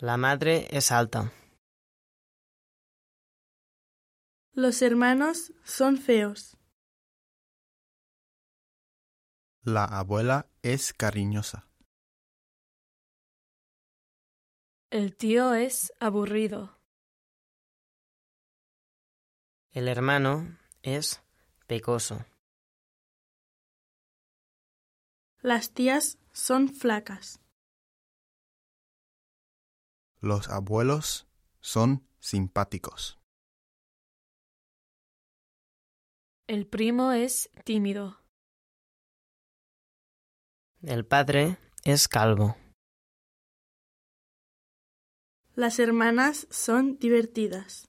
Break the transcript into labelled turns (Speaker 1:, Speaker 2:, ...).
Speaker 1: La madre es alta.
Speaker 2: Los hermanos son feos.
Speaker 3: La abuela es cariñosa.
Speaker 4: El tío es aburrido.
Speaker 1: El hermano es pecoso.
Speaker 2: Las tías son flacas.
Speaker 3: Los abuelos son simpáticos.
Speaker 4: El primo es tímido.
Speaker 1: El padre es calvo.
Speaker 2: Las hermanas son divertidas.